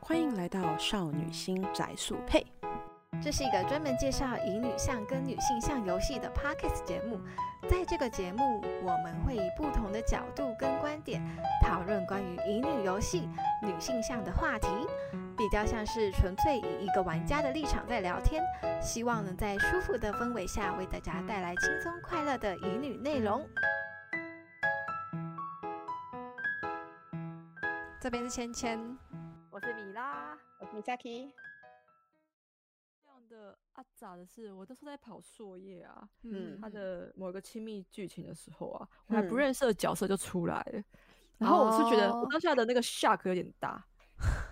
欢迎来到少女心宅速配。这是一个专门介绍以女向跟女性向游戏的 Podcast 节目。在这个节目，我们会以不同的角度跟观点，讨论关于乙女游戏、女性向的话题，比较像是纯粹以一个玩家的立场在聊天。希望能在舒服的氛围下，为大家带来轻松快乐的乙女内容。这边是芊芊，我是米拉，我是 Misaki。这样的啊，咋的是，我都是在跑作业啊。嗯他的某一个亲密剧情的时候啊，我还不嗯认识的角色就出来了，然后我是觉得我哦当下的那个 shock 有点 大，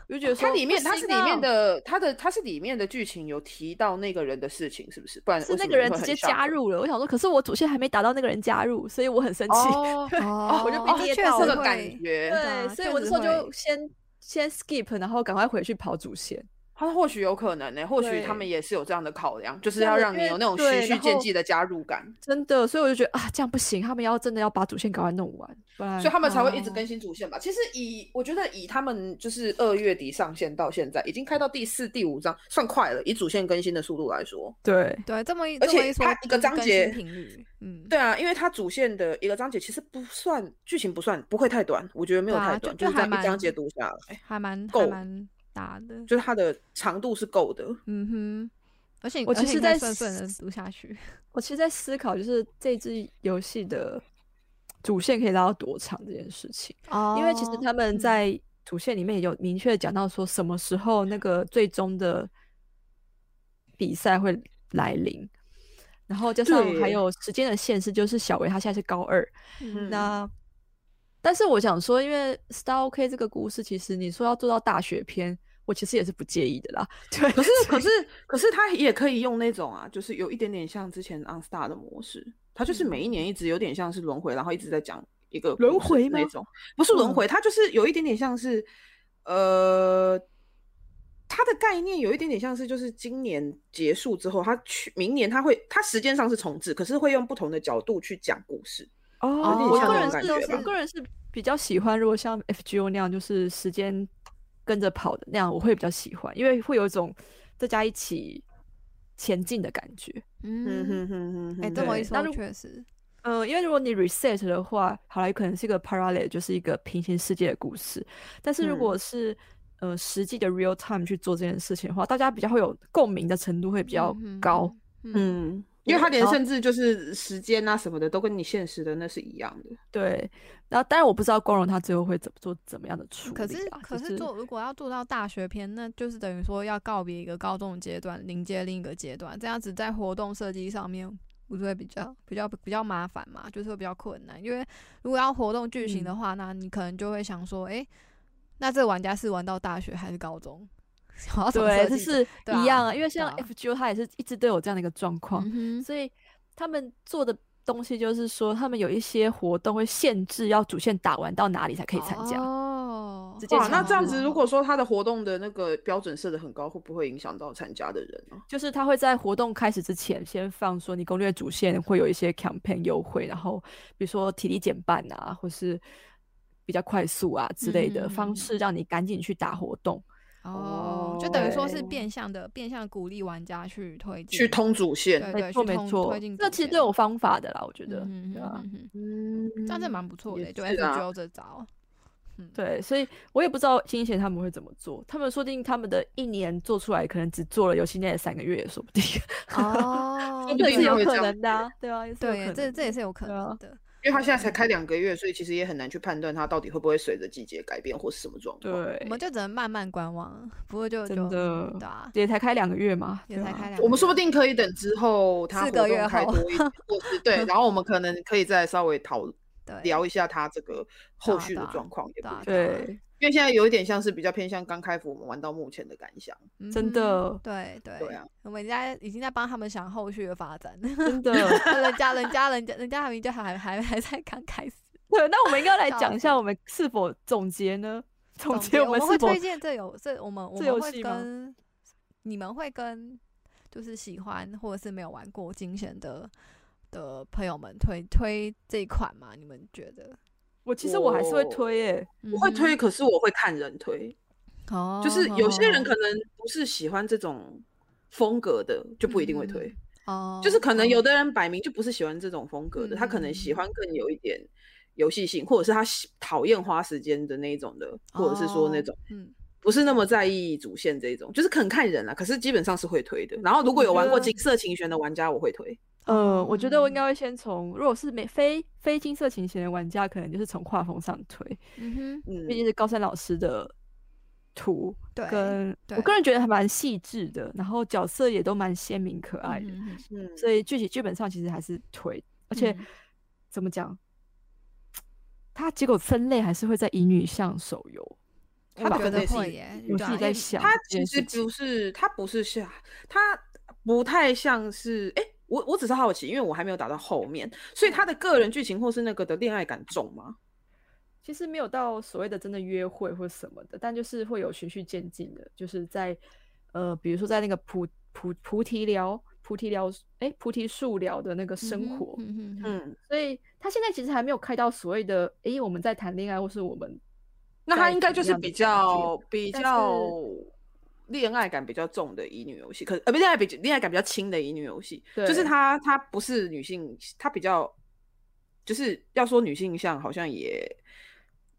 我就觉得说它哦里面不它是行里面啊的它的它是里面的剧情有提到那个人的事情，是不是？不然是为什那么个你人会直接很 shock？啊加 入了，我想说，可是我主线还没达到那个人加入，所以我很生气。 哦，哦我就被这噎确到实这个感会觉，啊对，所以确我那实时候就会先先 skip，然后赶快回去跑主线。他或许有可能呢、或许他对们也是有这样的考量，就是真要的让因你为有那种对循序然渐后进的加入感，真的，所以我就觉得啊，这样不行，他们要真的要把主线赶快弄完，不然所以他们才会一直哦更新主线吧。其实以我觉得以他们就是二月底上线到现在，已经开到第四、第五章，算快了。以主线更新的速度来说，对对，这么一，而这么且一说它一个就是章更节新频率，嗯，对啊，因为它主线的一个章节其实不算剧情不算不会太短，我觉得没有对啊太就短，就是还在一章蛮哎节读下来，还蛮还够蛮大的，就是它的长度是够的。嗯哼。而且你我而其且实你可在以顺顺的读下去，我其实，在思考就是这支游戏的主线可以拉到多长这件事情，哦因为其实他嗯们在主线里面也有明确讲到说什么时候那个最终的比赛会来临，然后加上对还耶有时间的限制，就是小维他现在是高二，嗯那。但是我想说，因为《Star OK》这个故事，其实你说要做到大学篇，我其实也是不介意的啦。 对，可是可是可是它也可以用那种啊，就是有一点点像之前 OnStar 的模式，它就是每一年一直有点像是轮回，然后一直在讲一个轮故事回那吗种，不是轮回，它就是有一点点像是呃。它的概念有一点点像是，就是今年结束之后，它去明年它会，它时间上是重置，可是会用不同的角度去讲故事。哦有点我像个那人种是，感觉吧我个人是比较喜欢，如果像 FGO 那样，就是时间跟着跑的那样，我会比较喜欢，因为会有一种大家一起前进的感觉。嗯嗯，哼哼哼哼，哎，这么对一那说如确实，嗯、因为如果你 reset 的话，好了，有可能是一个 parallel，就是一个平行世界的故事。但是如嗯果是、呃实际的 real time 去做这件事情的话，大家比较会有共鸣的程度会比较嗯哼高。，嗯，因为它连好甚至就是时间啊什么的都跟你现实的那是一样的。对，然后当然我不知道光荣他最后会怎么做怎么样的处理、啊。可是可就是做如果要做到大学篇，那就是等于说要告别一个高中阶段，临接另一个阶段，这样子在活动设计上面。不是会比嗯较比较比较麻烦嘛，就是会比较困难，因为如果要活动巨型嗯的话，那你可能就会想说，诶，那这个玩家是玩到大学还是高中？我要怎么对，设这计是对一样啊啊，因为对像啊 FGO 它也是一直都有这样的一个状况，嗯哼所以他们做的东西就是说，他们有一些活动会限制要主线打完到哪里才可以参加。哦，直接哇，抢那这样了子，如果说他的活动的那个标准设的很高，会不会影响到参加的人啊？就是他会在活动开始之前先放说你攻略主线会有一些 campaign 优惠，然后比如说体力减半啊，或是比较快速啊之类的嗯嗯嗯方式，让你赶紧去打活动。哦，就等于说是对变相的变相鼓励玩家去推进去通主线，对没对错去没通错推进，这主其实线都有方法的啦，我觉得。嗯对哼啊嗯哼，嗯，这样子蛮不错的，也就是啊 FGO 这招，对，所以我也不知道金贤他们会怎么做。他们说不定他们的一年做出来，可能只做了游戏内的三个月，也说不定， 哦说不这也定是他有会可这样能的、啊，对啊，也是有可对，能这这也的是有可对啊能的。因为他嗯现在才开两个月，所以其实也很难去判断他到底会不会随着季节改变或是什么状况。对，我们就只能慢慢观望，不过就真就的对啊，也才开两个月嘛，也对才啊开两个月，我们说不定可以等之后他四活个月动开后嗯多 一点，或是对，然后我们可能可以再稍微讨对聊一下他这个后续对的啊状况，也不对啊一定对，因为现在有一点像是比较偏向刚开服我们玩到目前的感想。嗯真哼的对对对啊，我们家已经在帮他们想后续的发展，真 的。人家人家人家人家还没就还还还在刚开始。对，那我们应该来笑讲一死下，我们是否总结呢？总结我们会是否推荐这游这我们我这们游会戏吗跟你们会跟就是喜欢或者是没有玩过惊险的的朋友们推推这一款吗？你们觉得？我其实我还是会推耶、我会嗯哼推，可是我会看人推。哦，就是有些人可能不是喜欢这种风格的，就不一定会推。哦，就是可能有的的人摆明就不是喜欢这种风格的，他可能喜嗯欢更有一点游戏性，或者是他喜讨厌花时间的那一种的，或者是说那种嗯不是那么在意主线这一种，就是很看人啦。可是基本上是会推的。然后如果有玩过觉得金色琴弦的玩家，我会推。呃，我觉得我应嗯该会先从，如果是没非非金色琴弦的玩家，可能就是从画风上推，嗯哼，嗯毕，竟是高山老师的图，对，跟对我个人觉得还蛮细致的，然后角色也都蛮鲜明可爱的，嗯哼嗯所以剧情剧本上其实还是推，而且、嗯怎么讲，它结果分类还是会在乙女向手游，他我的觉分得类是会一耶，我对自己啊在因为想他这其件实事情。不是，他不是像，他不太像是，哎、我我只是好奇，因为我还没有打到后面，所以他的个人剧情或是那个的恋爱感重吗？其实没有到所谓的真的约会或什么的，但就是会有循序渐进的，就是在呃，比如说在那个菩菩菩提疗、菩提疗，哎，菩提树疗的那个生嗯哼活，嗯哼嗯哼嗯，所以他现在其实还没有开到所谓的，诶，我们在谈恋爱，或是我们那他在应该怎就么是样的比感觉较比但较是恋爱感比较重的乙女游戏，可呃不恋爱比恋爱感比较轻的乙女游戏，就是对他他不是女性，他比较就是要说女性向好像也。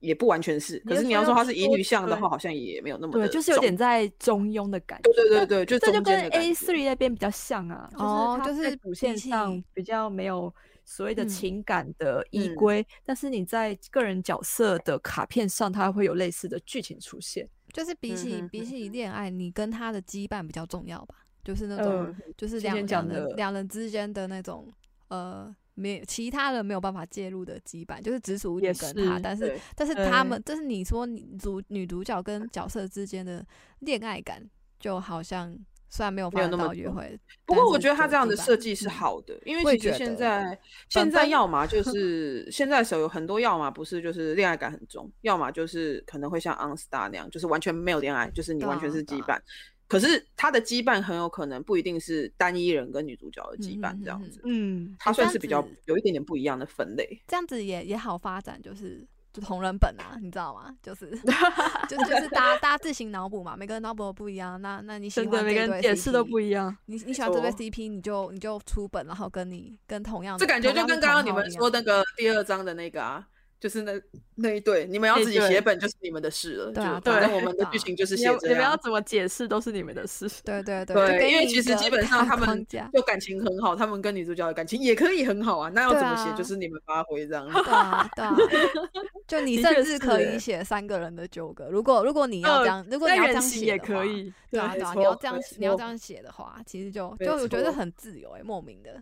也不完全是，你可要是你说要说要她是乙说女向的对话，好像也没有那么对，的就是有重点在中庸的感觉。对对对对，就这就中间跟的感 A 觉 three 那边比较像啊，哦就就是它在是主比线上起比较没有所谓的嗯情感的依嗯归，但是你在个人角色的卡片上，它会有类似的剧情出现。就是比嗯起哼比嗯起恋爱，你跟他的羁绊比较重要吧？就是那种嗯，就是今两天两讲的人两人之间的那种呃，没其他人没有办法介入的羁绊，就是只属于也你跟他，是但是嗯对但是他对们，但是你说你主女主角跟角色之间的恋爱感，就好像虽然没有没发有那展么到约重会，不但过我是觉得就它有这样羁的绊设计是嗯好的，因我为也其实觉现得在本现在本要么就是现在手游很多，要么不是就是恋爱感很重，要么就是可能会像 OnStar 那样，就是完全没有恋爱，就是你对完全啊是对羁啊绊。可是它的羁绊很有可能不一定是单一人跟女主角的羁嗯绊哼这样哼子，嗯，它诶算这是样比较子有一点点不一样的分类。这样子也也好发展，就是就同人本啊，你知道吗？就是 就就是大家大家自行脑补嘛，每个人脑补得不一样。那那你喜真欢的每个这人对解释都 CP 不一样。你你喜欢这对错 CP，你就你就出本，然后跟你跟同样的，这感觉同就样跟哦是刚同刚你号们一样说那个第二章的那个啊，就是那那一对，你们要那一自己对写本就是你们的事了。对啊就对反啊正我们的对啊剧情就是你写要这你们样要。怎么解释都是你们的事。对对对，就对，给因为你其一实个基本上大他们框架就感情很好，他们跟女主角的感情也可以很好啊。那要对怎么写，啊就是你们发挥这样。对啊，对啊，就你的甚确至是可以欸写三个人的纠葛。如果如果你呃要这样， 如果你在要人这样形写也的可话，以， 对啊没对啊，你要错这样没写你要错这样写的话，其实就没就我觉得错很自由哎、莫名的，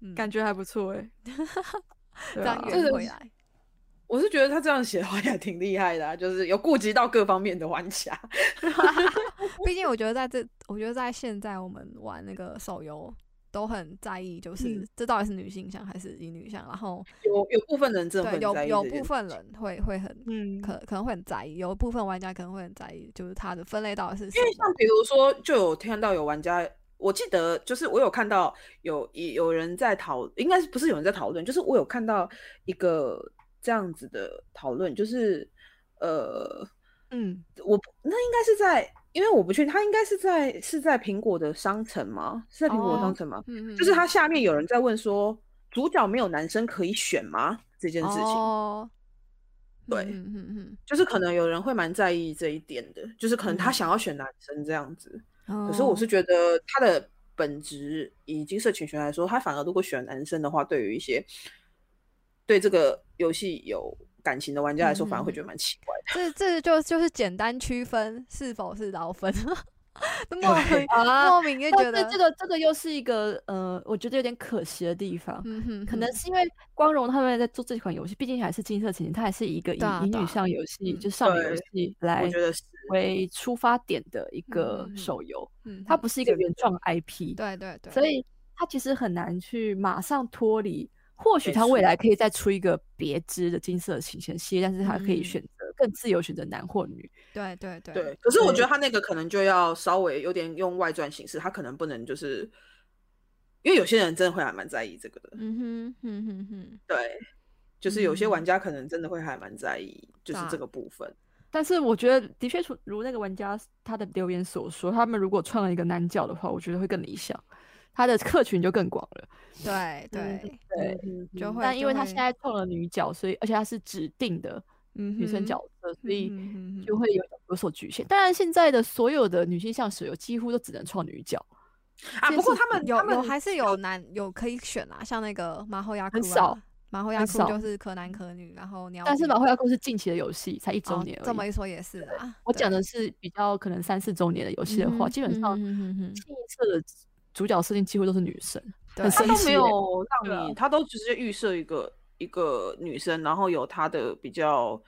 嗯，感觉还不错 哎。对这样啊这圆个回是来，我是觉得他这样写好像也挺厉害的、啊，就是有顾及到各方面的玩家。毕竟我觉得在这，我觉得在现在我们玩那个手游都很在意，就是嗯这到底是女性向还是乙女向，然后有有部分人真的对会有很在意有这件部分人会会很嗯，可可能会很在意，有部分玩家可能会很在意，就是它的分类到底是什因为像么。比如说，就有看到有玩家，我记得就是我有看到有一有人在讨，应该是不是有人在讨论，就是我有看到一个这样子的讨论，就是呃，嗯，我不那应该是在，因为我不确定，他应该是在是在苹果的商城吗？是在苹果的哦商城吗？嗯嗯就是他嗯下面有人在问说，主角没有男生可以选吗？这件事情，哦，对嗯嗯嗯就是可能有人会蛮在意这一点的，就是可能他嗯想要选男生这样子。嗯，可是我哦是觉得他的本质以金色群权来说，他反而如果选男生的话，对于一些对这个游戏有感情的玩家来说，嗯反而会嗯觉得蛮奇怪的。这这就就是简单区分是否是老粉， 莫对名啊莫名就但觉是得这，个这个又是一个呃，我觉得有点可惜的地方。嗯哼，可能哼是因为光荣他们在做这款游戏，毕竟还是金色情人，它还是以一个以对啊以对女啊向游戏，嗯就少女游对戏来我觉得是，为出发点的一个嗯嗯手游，嗯它哼不是一个真原创 IP，对对对，所以它其实很难去马上脱离。或许没它未错来可以再出一个别支的金色情人系列，但是它可以嗯选择更自由选择男或女。对对对对。可是我对觉得他那个可能就要稍微有点用外传形式，他可能不能就是，因为有些人真的会还蛮在意这个的。嗯哼，嗯哼哼，对，就是有些玩嗯家可能真的会还蛮在意，就是对啊这个部分。但是我觉得的确如如那个玩家他的留言所说，他们如果创了一个男角的话，我觉得会更理想，他的客群就更广了。对对，对，就会。嗯但因为就他会现在创了女角，所以而且他是指定的女生嗯哼角色，所以嗯哼哼哼就会有有所局限。当然，现在的所有的女性向手游几乎都只能创女角，啊，不过他们有他们有还是有男有可以选啊，像那个马后牙库、啊、很少，马后牙很库少嗯就是可男可女，然后你要但是马会亚库是近期的游戏，才一周哦年而已。这么一说也是啊，我对讲的是比较可能三四周年的游戏的嗯话，哼基本嗯上 哼嗯哼嗯哼清一色的主角设定几乎都是女生，对很他神都奇没耶有对啊让你，他都直接预设一个一个女生，然后有她的比较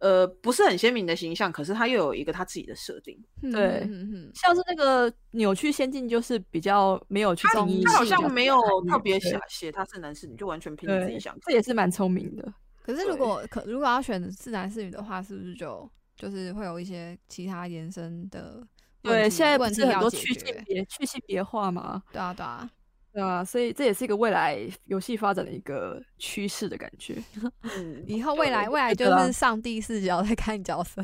呃不是很鲜明的形象，可是她又有一个她自己的设定。嗯对哼嗯哼像是那个扭曲仙境就是比较没有去他定义性的，他好像没有就是特别对写写他是男是女，就完全凭你自己对想法。，这也是蛮聪明的。可是如对果可如果要选是男是女的话，是不是就就是会有一些其他延伸的问对，题现在不问题是很要多解去性决？别去性别化嘛，对啊对啊，对啊，所以这也是一个未来游戏发展的一个趋势的感觉。 嗯，以后未来未来觉就得啊是上帝视角在看角色，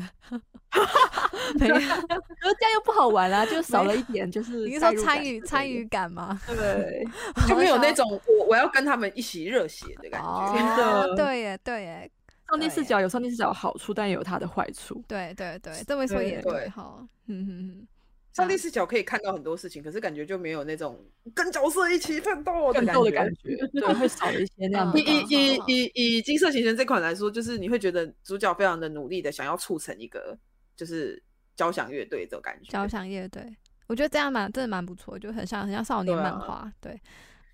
没有，可是这样又不好玩啦、就少了一点，就是你是代说入参感与之类参的与感吗？对， 就没有那种我我要跟他们一起热血的感 觉。真哦，的对耶对耶，上帝对视角有上帝视角的好处，但也有它的坏处。对对对，这么一说也对对哈，嗯嗯嗯，上帝那视角可以看到很多事情，可是感觉就没有那种跟角色一起奋斗的奋感斗的觉感觉，对，会少了一些那样嗯的以懂以懂以懂以以《金色行人》这款来说，就是你会觉得主角非常的努力的想要促成一个就是交响乐队这种感觉，交响乐队，我觉得这样蛮真的蛮不错，就很像很像少年对啊漫画，对，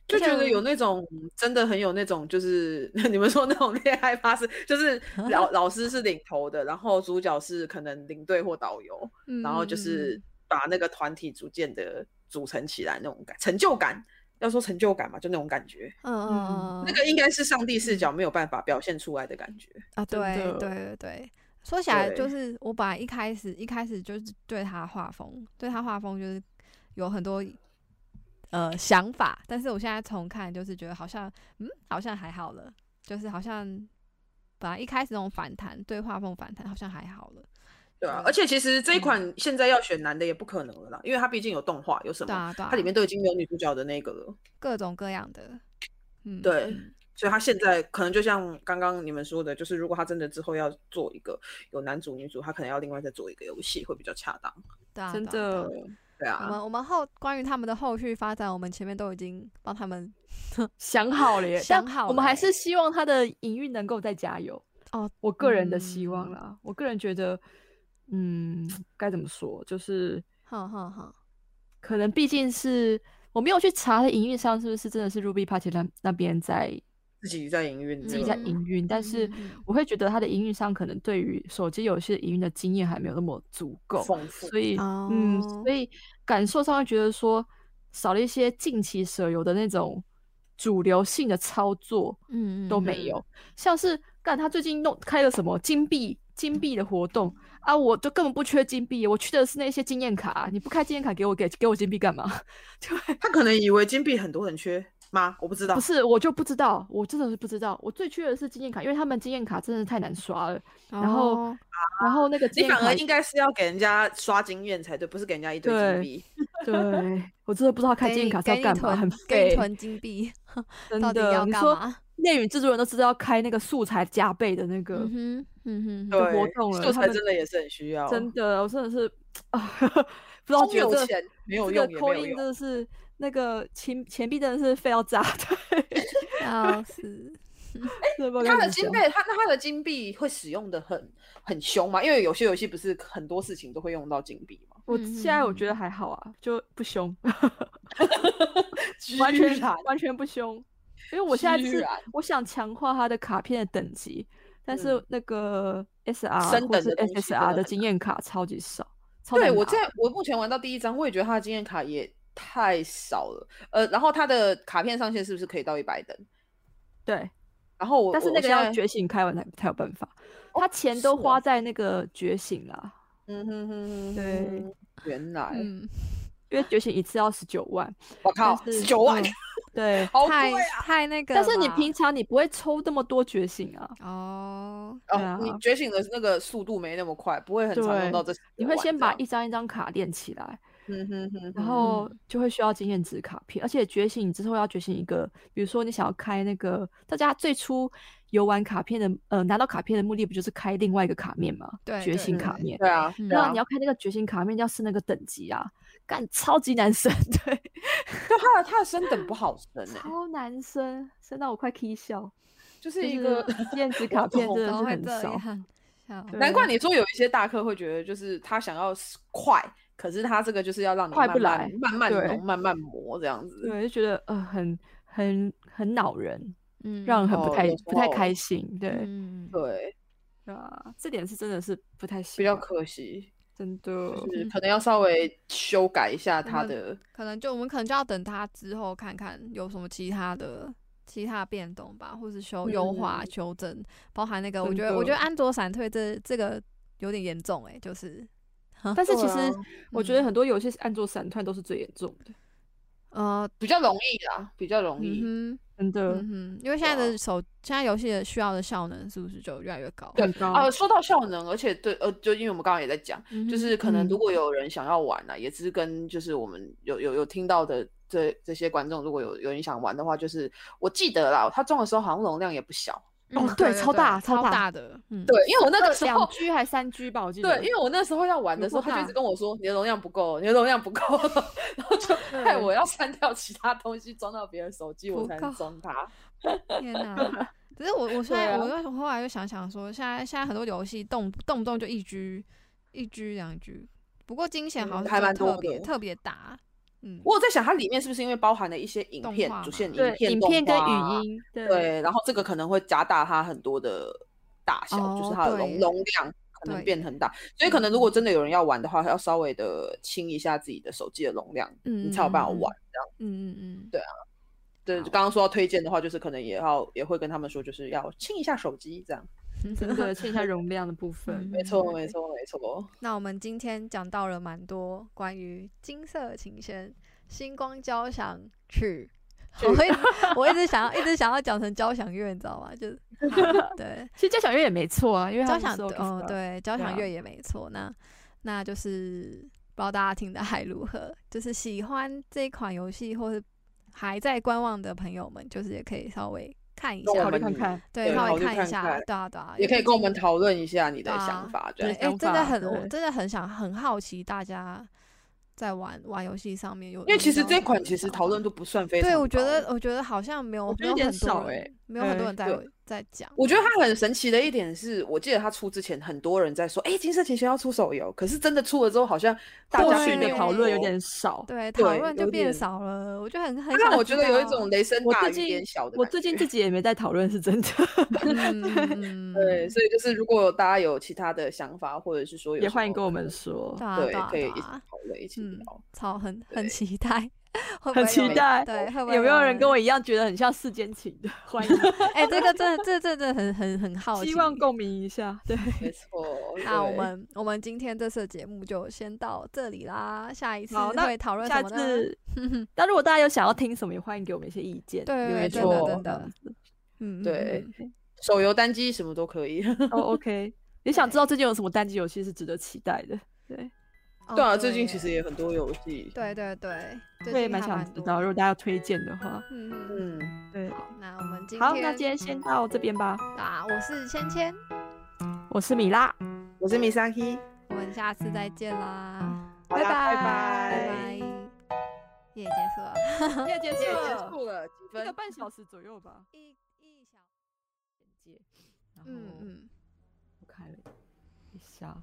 就觉像得有那种真的很有那种，就是 你们说那种恋爱巴士，就是老 老师是领头的，然后主角是可能领队或导游，嗯然后就是把那个团体逐渐的组成起来那种感成就感。要说成就感嘛，就那种感觉，嗯嗯嗯嗯那个应该是上帝视角没有办法表现出来的感觉。啊，真对的对对对，说起来对就是我本来一开始一开始就是对他画风，对他画风就是有很多呃想法，但是我现在重看就是觉得好像嗯好像还好了，就是好像本来一开始那种反弹对画风反弹好像还好了，对啊嗯对，而且其实这一款现在要选男的也不可能了啦，因为它毕竟有动画，有什对么，啊对啊，它里面都已经有女主角的那个了，各种各样的，嗯对嗯所以它现在可能就像刚刚你们说的，就是如果它真的之后要做一个有男主女主，它可能要另外再做一个游戏会比较恰当。对啊真。对啊对啊的，对我啊，们我们后关于他们的后续发展，我们前面都已经帮他们想好了耶，想但好我们还了是希望他的营运能够再加油哦。我个人的希望嗯啦，我个人觉得，嗯，该怎么说，就是哼哼哼，可能毕竟是我没有去查他的营运商是不是真的是 Ruby Party 那那边在自己在营运，自己在嗯营运，但是嗯嗯嗯我会觉得他的营运商可能对于手机游戏的营运的经验还没有那么足够，丰富。所以、嗯，哦所以感受上会觉得说少了一些近期手游的那种主流性的操作嗯嗯都嗯没有，像是干他最近弄开了什么金币金币的活动啊，我就根本不缺金币，我缺的是那些经验卡，啊你不开经验卡给我给给我金币干嘛？ 就会他可能以为金币很多人缺吗？我不知道不。是我就不知道，我真的是不知道，我最缺的是经验卡，因为他们经验卡真的太难刷了，然后哦然后那个经你验反卡而应该是要给人家刷经验才对，不是给人家一堆对金币。对我真的不知道开给经验你卡是要给你干嘛，囤很给你废。囤金币， 真到底的，要你干说嘛？内语制作人都知道开那个素材加倍的那个，嗯哼，嗯哼，就活对动了素他材们真的也是很需要。真的，我真的是啊， 不知道空觉得有这钱没有这用个也 call in 没有真用。的是那个钱钱币真的 是非要炸，对，要 死！真不知道他该怎的金么币，他那他的金币会使用的很很凶嘛？因为有些游戏不是很多事情都会用到金币嘛，我嗯现在我嗯觉得还好啊，就不 凶，居完全然完全不凶，因为我现在居是然我想强化它的卡片的等级，但是嗯那个 SR 升或等是的东西真的 SSR 的很经验卡超级少， 超对难我拿在我目前玩到第一张，我也觉得他的经验卡也太少了。呃，然后他的卡片上限是不是可以到一百等？对。然后我但是我那个现要在觉醒开完才才有办法，哦他钱都是哦花在那个觉醒啦，嗯哼哼哼，对哼，原来嗯，因为觉醒一次要十九万，我靠但是十九万嗯， 对，好贵太啊！太那个吧。但是你平常你不会抽这么多觉醒啊，哦，对啊哦，你觉醒的那个速度没那么快，不会很常用到这些玩。你会先把这样一张一张卡练起来，嗯哼哼哼，然后嗯就会需要经验值卡片，而且觉醒你之后要觉醒一个，比如说你想要开那个，大家最初游玩卡片的，呃，拿到卡片的目的不就是开另外一个卡面吗？对觉对醒对卡面。对啊，嗯对那啊你，要开那个觉醒卡面，要是那个等级啊，干超级难升，对， 就他的他的升等不好升哎，超难升，升到我快 K 笑。就是就一个是验 值卡片懂真的怎是么会很这少。样？笑对难怪你说有一些大客会觉得，就是他想要是快，可是他这个就是要让你快不慢慢来慢慢对弄、慢慢磨这样子。对，就觉得呃很很很恼人，嗯，让人很不哦太有时不太候开心。对，嗯，对，对啊，这点是真的是不太喜比较欢可惜，真就的。是嗯可能要稍微修改一下那他么的。可能就我们可能就要等他之后看看有什么其他的其他变动吧，或是修优化、修正，包含那个，嗯我真觉得我觉得的安卓闪退这这个有点严重哎、 就是但是对其实啊我觉得嗯很多游戏按做闪退都是最严重的，呃，比较容易啦，比较容易。嗯真哼，的嗯哼，因为现在啊的手现在游戏的需要的效能是不是就越来越高？很高。啊，说到效能，而且对，呃，就因为我们刚刚也在讲，嗯哼，就是可能嗯如果有人想要玩啊呢、也是跟就是我们有有有听到的这这些观众，如果有有人想玩的话，就是我记得啦，他中的时候好像容量也不小。嗯哦对超大超超大的，嗯，对，因为我那个时两候 G 还三 G 吧，我记对得。，因为我那时候要玩的有时候，多他就一大直跟我说你的容量不够，你的容量不 够，然后就害我要删掉其他东西，装到别人手机，我嗯不才够能装它。 天哪！只是我我现在、对啊我又后来又想想说，现在现在很多游戏动动不动就一居一居两居，不过惊险嗯好像还就蛮多特别的特别大，嗯，我有在想，它里面是不是因为包含了一些影动片画、主嘛线对，影动片跟画啊语音，对，对，然后这个可能会加大它很多的大小，就是哦它的容对容量可能对嗯变很大，所以可能如果真的有人要玩的话，要稍微的清一下自己的手机的容量，嗯你才有办法嗯嗯嗯玩。嗯嗯嗯，对啊对，好刚刚说到推荐的话，就是可能也要也会跟他们说，就是要清一下手机这样。真的欠一下容量的部嗯分。没错，没错，没错。那我们今天讲到了蛮多关于金色琴弦、星光交响曲。 我一直我一直想要一直想要讲成交响乐，你知 道吗？就是好对，其实交响乐也没错啊，因为它交们响是 orchestra 哦，对，交对响啊乐也没错。那那就是不知道大家听的还如何，就是喜欢这款游戏或是还在观望的朋友们，就是也可以稍微看一跟我考下虑们，看看。对，对稍考微虑一看下，看对啊对啊，也可以毕跟我竟们讨论一下你的对啊想法，这对，样。哎、想真的法很，我对真的很想很好奇大家在玩玩游戏上面有，因为其实这款其实想法讨论度不算非常对，我觉高得，我觉得好像没有我觉没得有有点很多少人，欸没有很多对人在对在讲。我觉得它很神奇的一点是，我记得它出之前，很多人在说，哎、金色琴弦要出手游，可是真的出了之后，好像大过家去并没的有讨论有说点少。对，讨对论就有变点少了，我就很很它想让我知觉得有一道种雷声啊我大最雨点近小的我感最近觉自己也没在讨论，是真的，嗯，对，所以就是如果大家有其他的想法，或者是说 有也什欢迎么跟我可们能说。对啊，对对啊，可以对一起啊，讨论一起嗯聊。超很很对期待，会不很会期有待对，会不会有没有人人跟我一样觉得很像世间情 的？欢迎，哎、这个真的，这这真的很很很好奇。希望共鸣一下。对，没错，那我对们我们今天这次的节目就先到这里啦，下一次好那会讨论什下么呢？次， 那如果大家有想要听什么，也欢迎给我们一些意见，对留言真给的我真的这样子嗯，对嗯手游单机什么都可以。 哦，OK。也想知道最近有什么单机游戏是值得期待的？嗯对啊，哦最近其实耶也很多游戏。对对对，最我也近蛮还想知多道，的如果大家有推荐的话，嗯嗯，嗯，对。好，那我们今好，那今天天嗯先到这边吧。啊，我是芊芊，我是米拉，我是米萨 K，我们下次再见啦，好啦，拜拜拜拜，也结束了。也结这也结束了，几一个分？半小时左右吧。一一小，然后嗯嗯，我看了一下，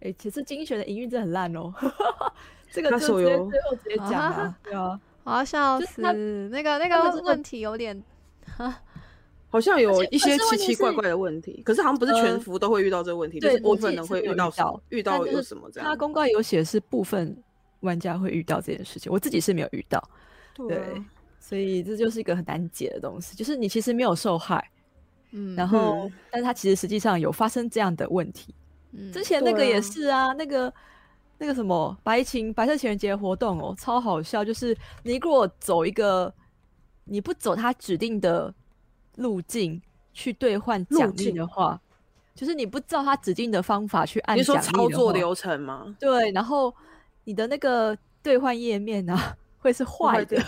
哎、其实金选的营运真的很烂哦。 这个他就手直接游最后直接讲啊，对啊，我要笑就是死他，那个那他们个真的问题有点好像有一可是些奇问题奇怪是怪的问题，可是好像不是全呃服都会遇到这个问题，就对是部我分记人是会有遇遇到什到么遇但到就是有什么这他样。公告有写是部分玩家会遇到这件事情，我自己是没有遇到，对，所以这就是一个很难解的东西，就是你其实没有受害，嗯，然后、但是他其实实际上有发生这样的问题，嗯之前那个对也啊是啊，那个那个什么白情白色情人节活动哦，超好笑，就是你如果走一个你不走他指定的路径去兑换路奖励径的话，就是你不照他指定的方法啊去按你奖说励操的作话流程吗？对，然后你的那个兑换页面呢、啊、 会是坏坏的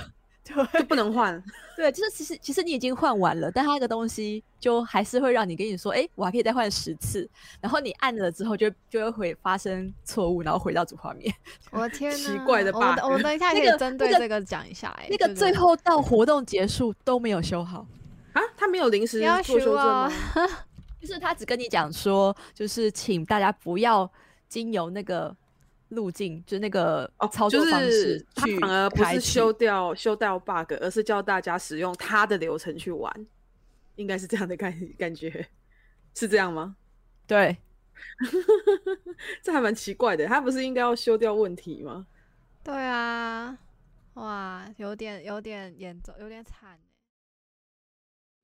掉，就不能换，对，就是其实其实你已经换完了，但它那个东西就还是会让你跟你说，哎、我还可以再换十次，然后你按了之后就就会回发生错误，然后回到主画面。我的天奇呐怪的我们 bug 我们等一下可 那以个针那对个这个讲一下、欸。 那个对最对后到活动结束都没有修好，啊，他没有临时要做修修正啊吗？就是他只跟你讲说，就是请大家不要经由那个路径，就是那个哦，操作就方是式他去反而不开是启修掉修掉 bug，而是教大家使用他的流程去玩，应该是这样的感感觉，是这样吗？对。这还蛮奇怪的，他不是应该要修掉问题吗？对啊，哇，有点有点严重，有点惨欸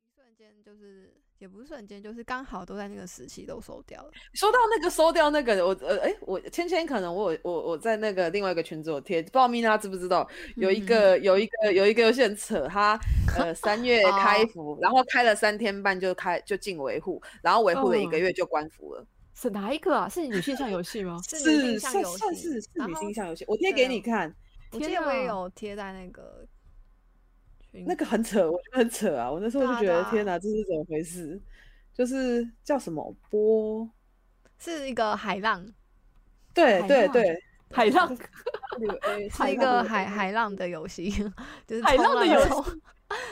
一瞬间就是，也不是瞬间，就是刚好都在那个时期都收掉了。说到那个收掉那个，我呃哎，我芊芊可能我有我我在那个另外一个群组有贴，不知道米娜知不知道，有嗯一个有一个有一个有些人扯他呃三 月开哦服，然后开了三天半就开就进维护，然后维护了一嗯个哦月就关服了。是哪一个啊？是女性向游戏吗？是女是性向算游算戏是是然女后性向游戏，我贴对哦给你看，我天记得我也啊有贴在那哦个群那个很扯，我觉得很扯啊！我那时候嗯对就啊觉对得啊天哪，这是怎么回事？就是叫什么波？是一个海浪，对海对浪对， 海浪那个呃是一那个个海海浪的游戏， 就是海冲浪的浪游戏冲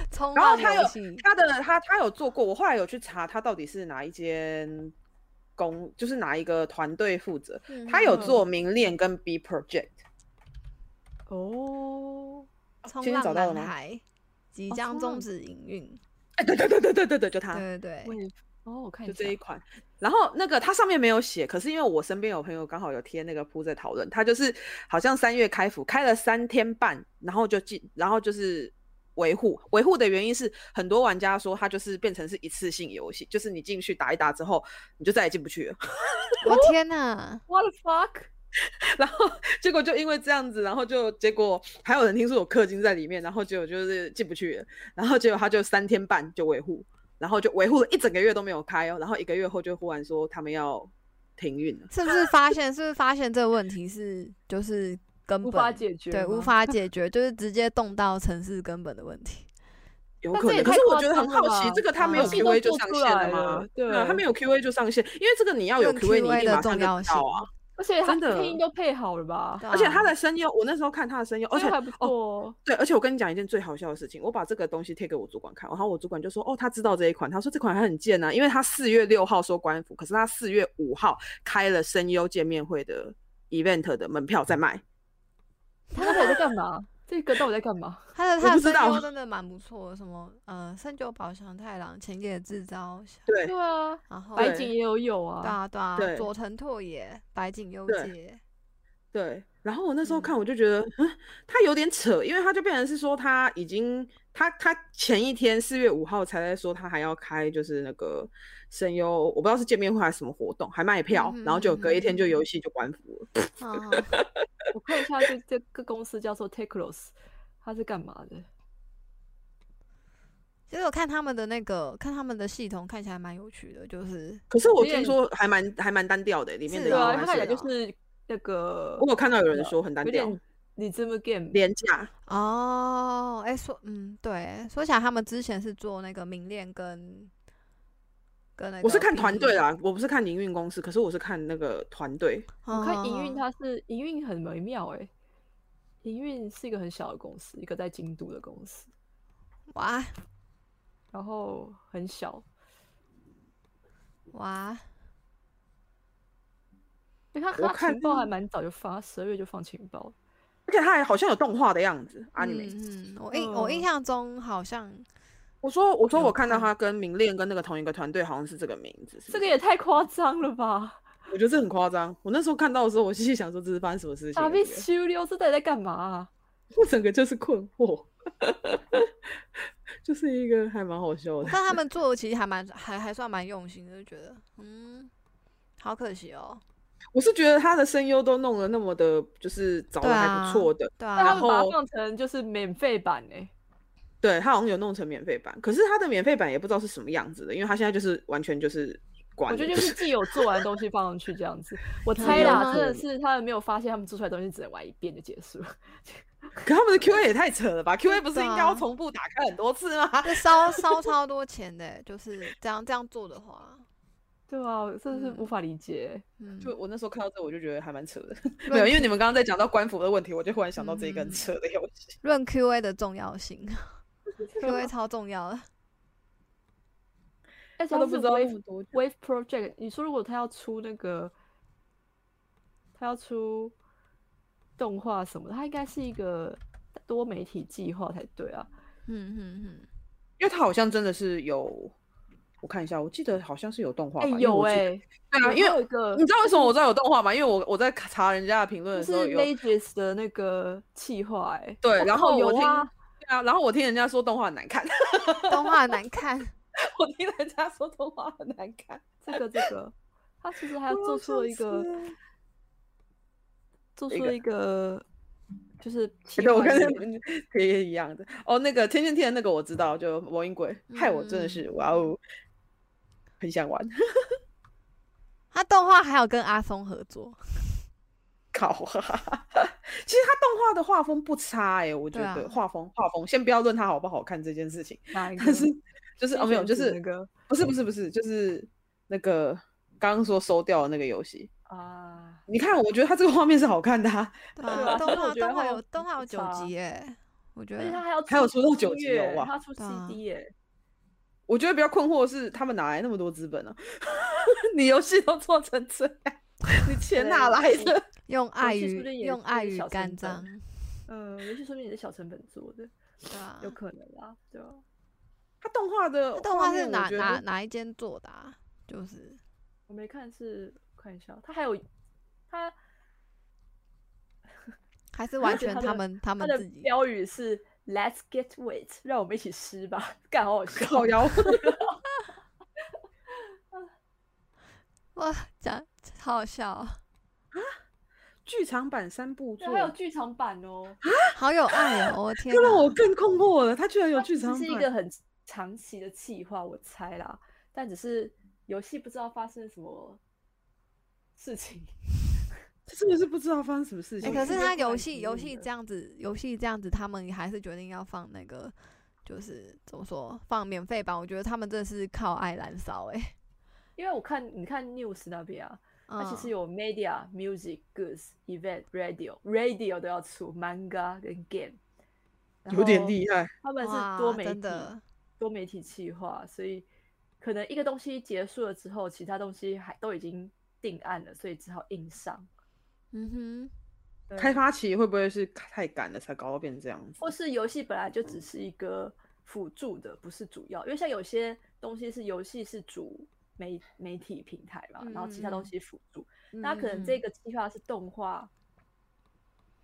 冲然后浪它有游戏。他的他他有做过，我后来有去查他到底是哪一间公，就是哪一个团队负责。他有做明恋跟 B Project，哦，冲今天浪找到了男吗孩即哦将冲终浪止营运，哎，对对对对对对对，就他，对对对，也哦，我看就一这下一款。然后那个它上面没有写，可是因为我身边有朋友刚好有贴那个铺在讨论，他就是好像三月开服开了三天半，然后就进，然后就是维护维护的原因是很多玩家说它就是变成是一次性游戏，就是你进去打一打之后你就再也进不去了， 我天呐， What the fuck？然后结果就因为这样子，然后就结果还有人听说有氪金在里面，然后结果就是进不去了，然后结果他就三天半就维护，然后就维护了一整个月都没有开哦，然后一个月后就忽然说他们要停运了。是不是发现？是不是发现这个问题是就是根无本法解决，对无。法解决，就是直接动到城市根本的问题。有但可这也能，可太是夸我觉得很张好了奇，吧这个他没有游戏都 Q A 就做上出线来了吗了？啊，他对没有 Q A 就上线，因为这个你要有论 Q A，你 QA 一定的马上重就要知道啊。而且他真的配音都配好了吧？对而且啊他的声优，我那时候看他的声优，而嗯且这还不错哦，哦，对，而且我跟你讲一件最好笑的事情，我把这个东西贴给我主管看，然后我主管就说：“哦，他知道这一款，他说这款还很贱啊，因为他四月六号说官服，可是他四月五号开了声优见面会的 event 的门票在卖。他到底在干嘛？这个到底在干 嘛？他的我他的不知声道优真的蛮不错的，什么呃深久保祥太郎、前野制造，对对啊，然后白对景也有有对啊，啊对啊对佐藤拓也、白井优对介，对，然后我那时候看嗯我就觉得，嗯，他有点扯，因为他就变成是说他已经他他前一天四月五号才在说他还要开就是那个声优，我不知道是见面会还是什么活动，还卖票，然后就隔一天就嗯游戏就官服了。啊我看一下这这个公司叫做 Teclos，它是干嘛的？ 其实我看他们的那个看他们的系统看起来蛮有趣的，就是可是我有点听说还蛮还蛮单调的，里面是的对啊啊，人还它看起来是是就啊是那个我有看到有人说很单有调，点你这么 game 廉价。哦，哎、说，嗯，对，说起来他们之前是做那个明恋跟跟那个，我是看团队，啦，我不是看营运公司，可是我是看那个团队。我看营运嗯，它是营运很微妙哎、营运是一个很小的公司，一个在京都的公司，哇然后很小，哇，因为我它它看情报是还蛮早就发，十二月就放情报了，而且他还好像有动画的样子，anime。嗯嗯，我印我印象中好像我说我说有我看到看他跟明恋跟那个同一个团队，好像是这个名字。是不这个是也太夸张了吧！我觉得这很夸张。我那时候看到的时候，我心里想说这是发生什么事情打了？被修溜，这到底在干嘛啊、我整个就是困惑，就是一个还蛮好笑我的。看他们做的其实还蛮还还算蛮用心的，就觉得嗯，好可惜哦，我是觉得他的声优都弄得那么的，就是找的对还啊不错的，对那啊他然们后把它放成就是免费版哎、对他好像有弄成免费版，可是他的免费版也不知道是什么样子的，因为他现在就是完全就是关我觉了。得就是既有做完的东西放上去这样 子，我猜有啦，可真的能是他们没有发现他们做出来的东西只能玩一遍就结束了。 可他们的 Q A 也太扯了 吧？Q A 不是应该要啊重复打开很多次吗？这烧烧超多钱的，欸就是这样这样做的话，对啊，真的是无嗯法理解。欸嗯， 就我那时候看到这，我就觉得还蛮扯的。 没有，因为你们刚刚在讲到官服的问题，我就忽然想到这一个很嗯扯的游戏。论 QA 的重要性，QA 超重要的。而且他他都是不知道 Wave 多久。 Wave Project，你说如果他要出那个，他要出动画什么的，他应该是一个多媒体计划才对啊。嗯嗯嗯，因为它好像真的是有，我看一下，我记得好像是有动画哎、版。因为有我哎、记得对啊，因有为一个你知道为什么我知道有动画吗？因为我我在查人家的评就论的是时候有 Legis 的那个企划哎、对，我然靠后我有听啊，对啊，然后我听人家说动画很难看， 动画难看， 我听人家说动画很难看，这个这个，他其实还 做出了一个做这出个了一个 就是奇对，我幻跟的你们 也也一样的。哦，那个天线天那个我知道，就魔音鬼，害我嗯真的是哇哦，很想玩， 他动画还有跟阿松合作， 靠、啊！ 其实它动画的画风不差哎、我觉对啊得画风画风，先不要论它好不好看这件事情， 哪一个？但是嗯就是哦天没有，选就子是那个不是不是不是，就是那个刚刚说收掉的那个游戏。啊， 你看，我觉得它这个画面是好看的、啊，对对啊啊，所动以画动我觉得画它有动画有不九差集哎，我觉而且他得还要还有出到九音集乐哦哇他要出对啊 CD 耶、我觉得比较困惑的是，他们哪来那么多资本啊？ 你游戏都做成这样，你钱哪对来的？用爱戏说不定与也用是爱与小成肝本脏，嗯，尤其说明也是小成本做的，对啊嗯有。可能啦，对啊。他动画的那动画是面哪我觉得哪哪一间做的啊？就是我没看是看一下，他还有他还是完觉全得它他的们他他们的自己标语是 Let's get wet，让我们一起湿吧， 干好好笑。哦靠腰，哇，讲好好笑哦，剧场版三部对作，还有剧场版哦，好有爱哦！我的天这哪，让我更困惑了。他居然有它剧其实场是一版，个很长期的计划，我猜啦，但只是游戏不知道发生什么事情。 他真的是不知道发生什么事哎、情。可觉是得他蛮游疑戏虑游戏的这样子，游戏这样子，他们还是决定要放那个，就是怎么说，放免费版。我觉得他们真的是靠爱燃烧哎、因为我看你看 news 那边啊，它嗯其实有 media、music、goods、event、radio、radio 都要出 manga 跟 game，有点厉害，他们是哇多媒真体的，多媒体企划，所以可能一个东西结束了之后，其他东西还都已经定案了，所以只好硬上。嗯对开发期会不会是太赶了才搞到变成这样子？或是游戏本来就只是一个辅助的，不是主要，因为像有些东西是游戏是主媒媒体平台嘛，然后其他嗯嗯东西辅助。哼，那可能嗯这个计划是动画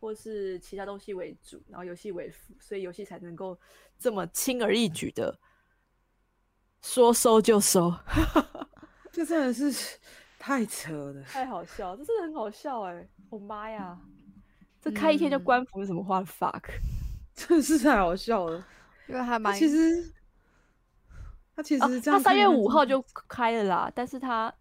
或是其他东西为主，然后游戏为辅，所以游戏才能够这么轻而易举的说收就收， 这真的是太扯了。 太好笑了，这真的很好笑哎、我妈呀，这开一天就嗯关服是什么话 fuck？真的是太好笑了。因为还他蛮其实，他其啊实他这样看起来真的，三月五号就开了啦，但是他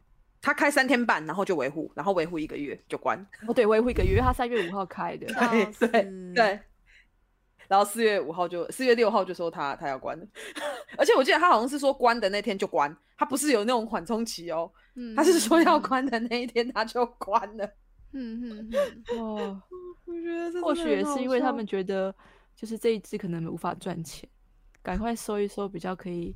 他开三天半，然后就维护，然后维护一个月就关。哦对，我也会一个月，他三月五号开的， 对对对对。然后四月五号就四月六号就说他他要关了， 而且我记得他好像是说关的那天就关，他不是有那种缓冲期哦，嗯他是说要嗯关的那一天他就关了。 嗯嗯嗯，哦，我觉得这或真许的也很是好因为他笑们觉得就是这一支可能无法赚钱，赶快收一收比较可以。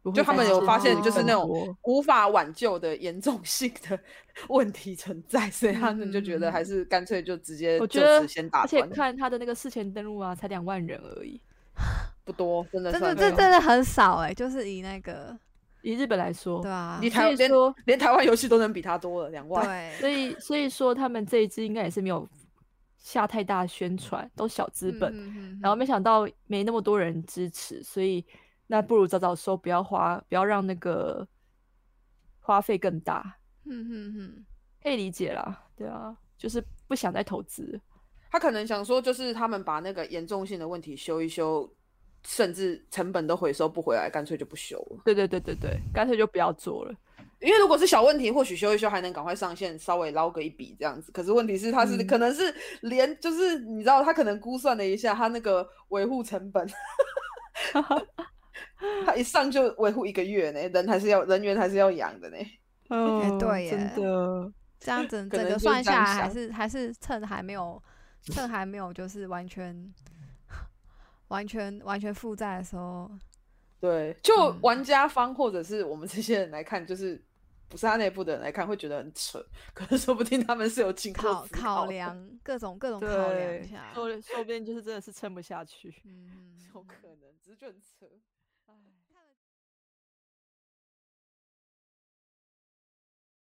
不就会他再们有是发自现己就是更那种多无法挽救的严重性的 问题存在，所以他们就觉得还是干脆就直接嗯我觉呃就得此先打而且断，看他的那个事前登录啊，才两万人而已。不多，真的真的算这不多真的很少哎、就是以那个以日本来说，对啊离，所台以连说连台湾游戏都能比他多了两万，对，所以所以说他们这一支应该也是没有下太大宣传，都小资本。嗯嗯然后嗯没想到没那么多人支持，所以那不如早早收，不要花，不要让那个花费更大，嗯嗯嗯，可以理解啦。对啊，就是不想再投资。他可能想说就是他们把那个严重性的问题修一修，甚至成本都回收不回来，干脆就不修了。对对对对对，干脆就不要做了。因为如果是小问题，或许修一修还能赶快上线，稍微捞个一笔这样子。可是问题是，他是、嗯可能是连就是你知道，他可能估算了一下他那个维护成本，他一上就维护一个月呢，人还是要人员还是要养的呢。哎嗯，对耶真的，这样整可整能个就算是下这样来，还想是还是趁还没有，趁还没有就是完全完全完全负债的时候，对，就嗯玩家方或者是我们这些人来看，就是不是他内部的人来看，会觉得很蠢。可是说不定他们是有经过考思考的，量各种各种考量对一下，，说说不定就是真的是撑不下去，嗯，有可能，只是就很扯。唉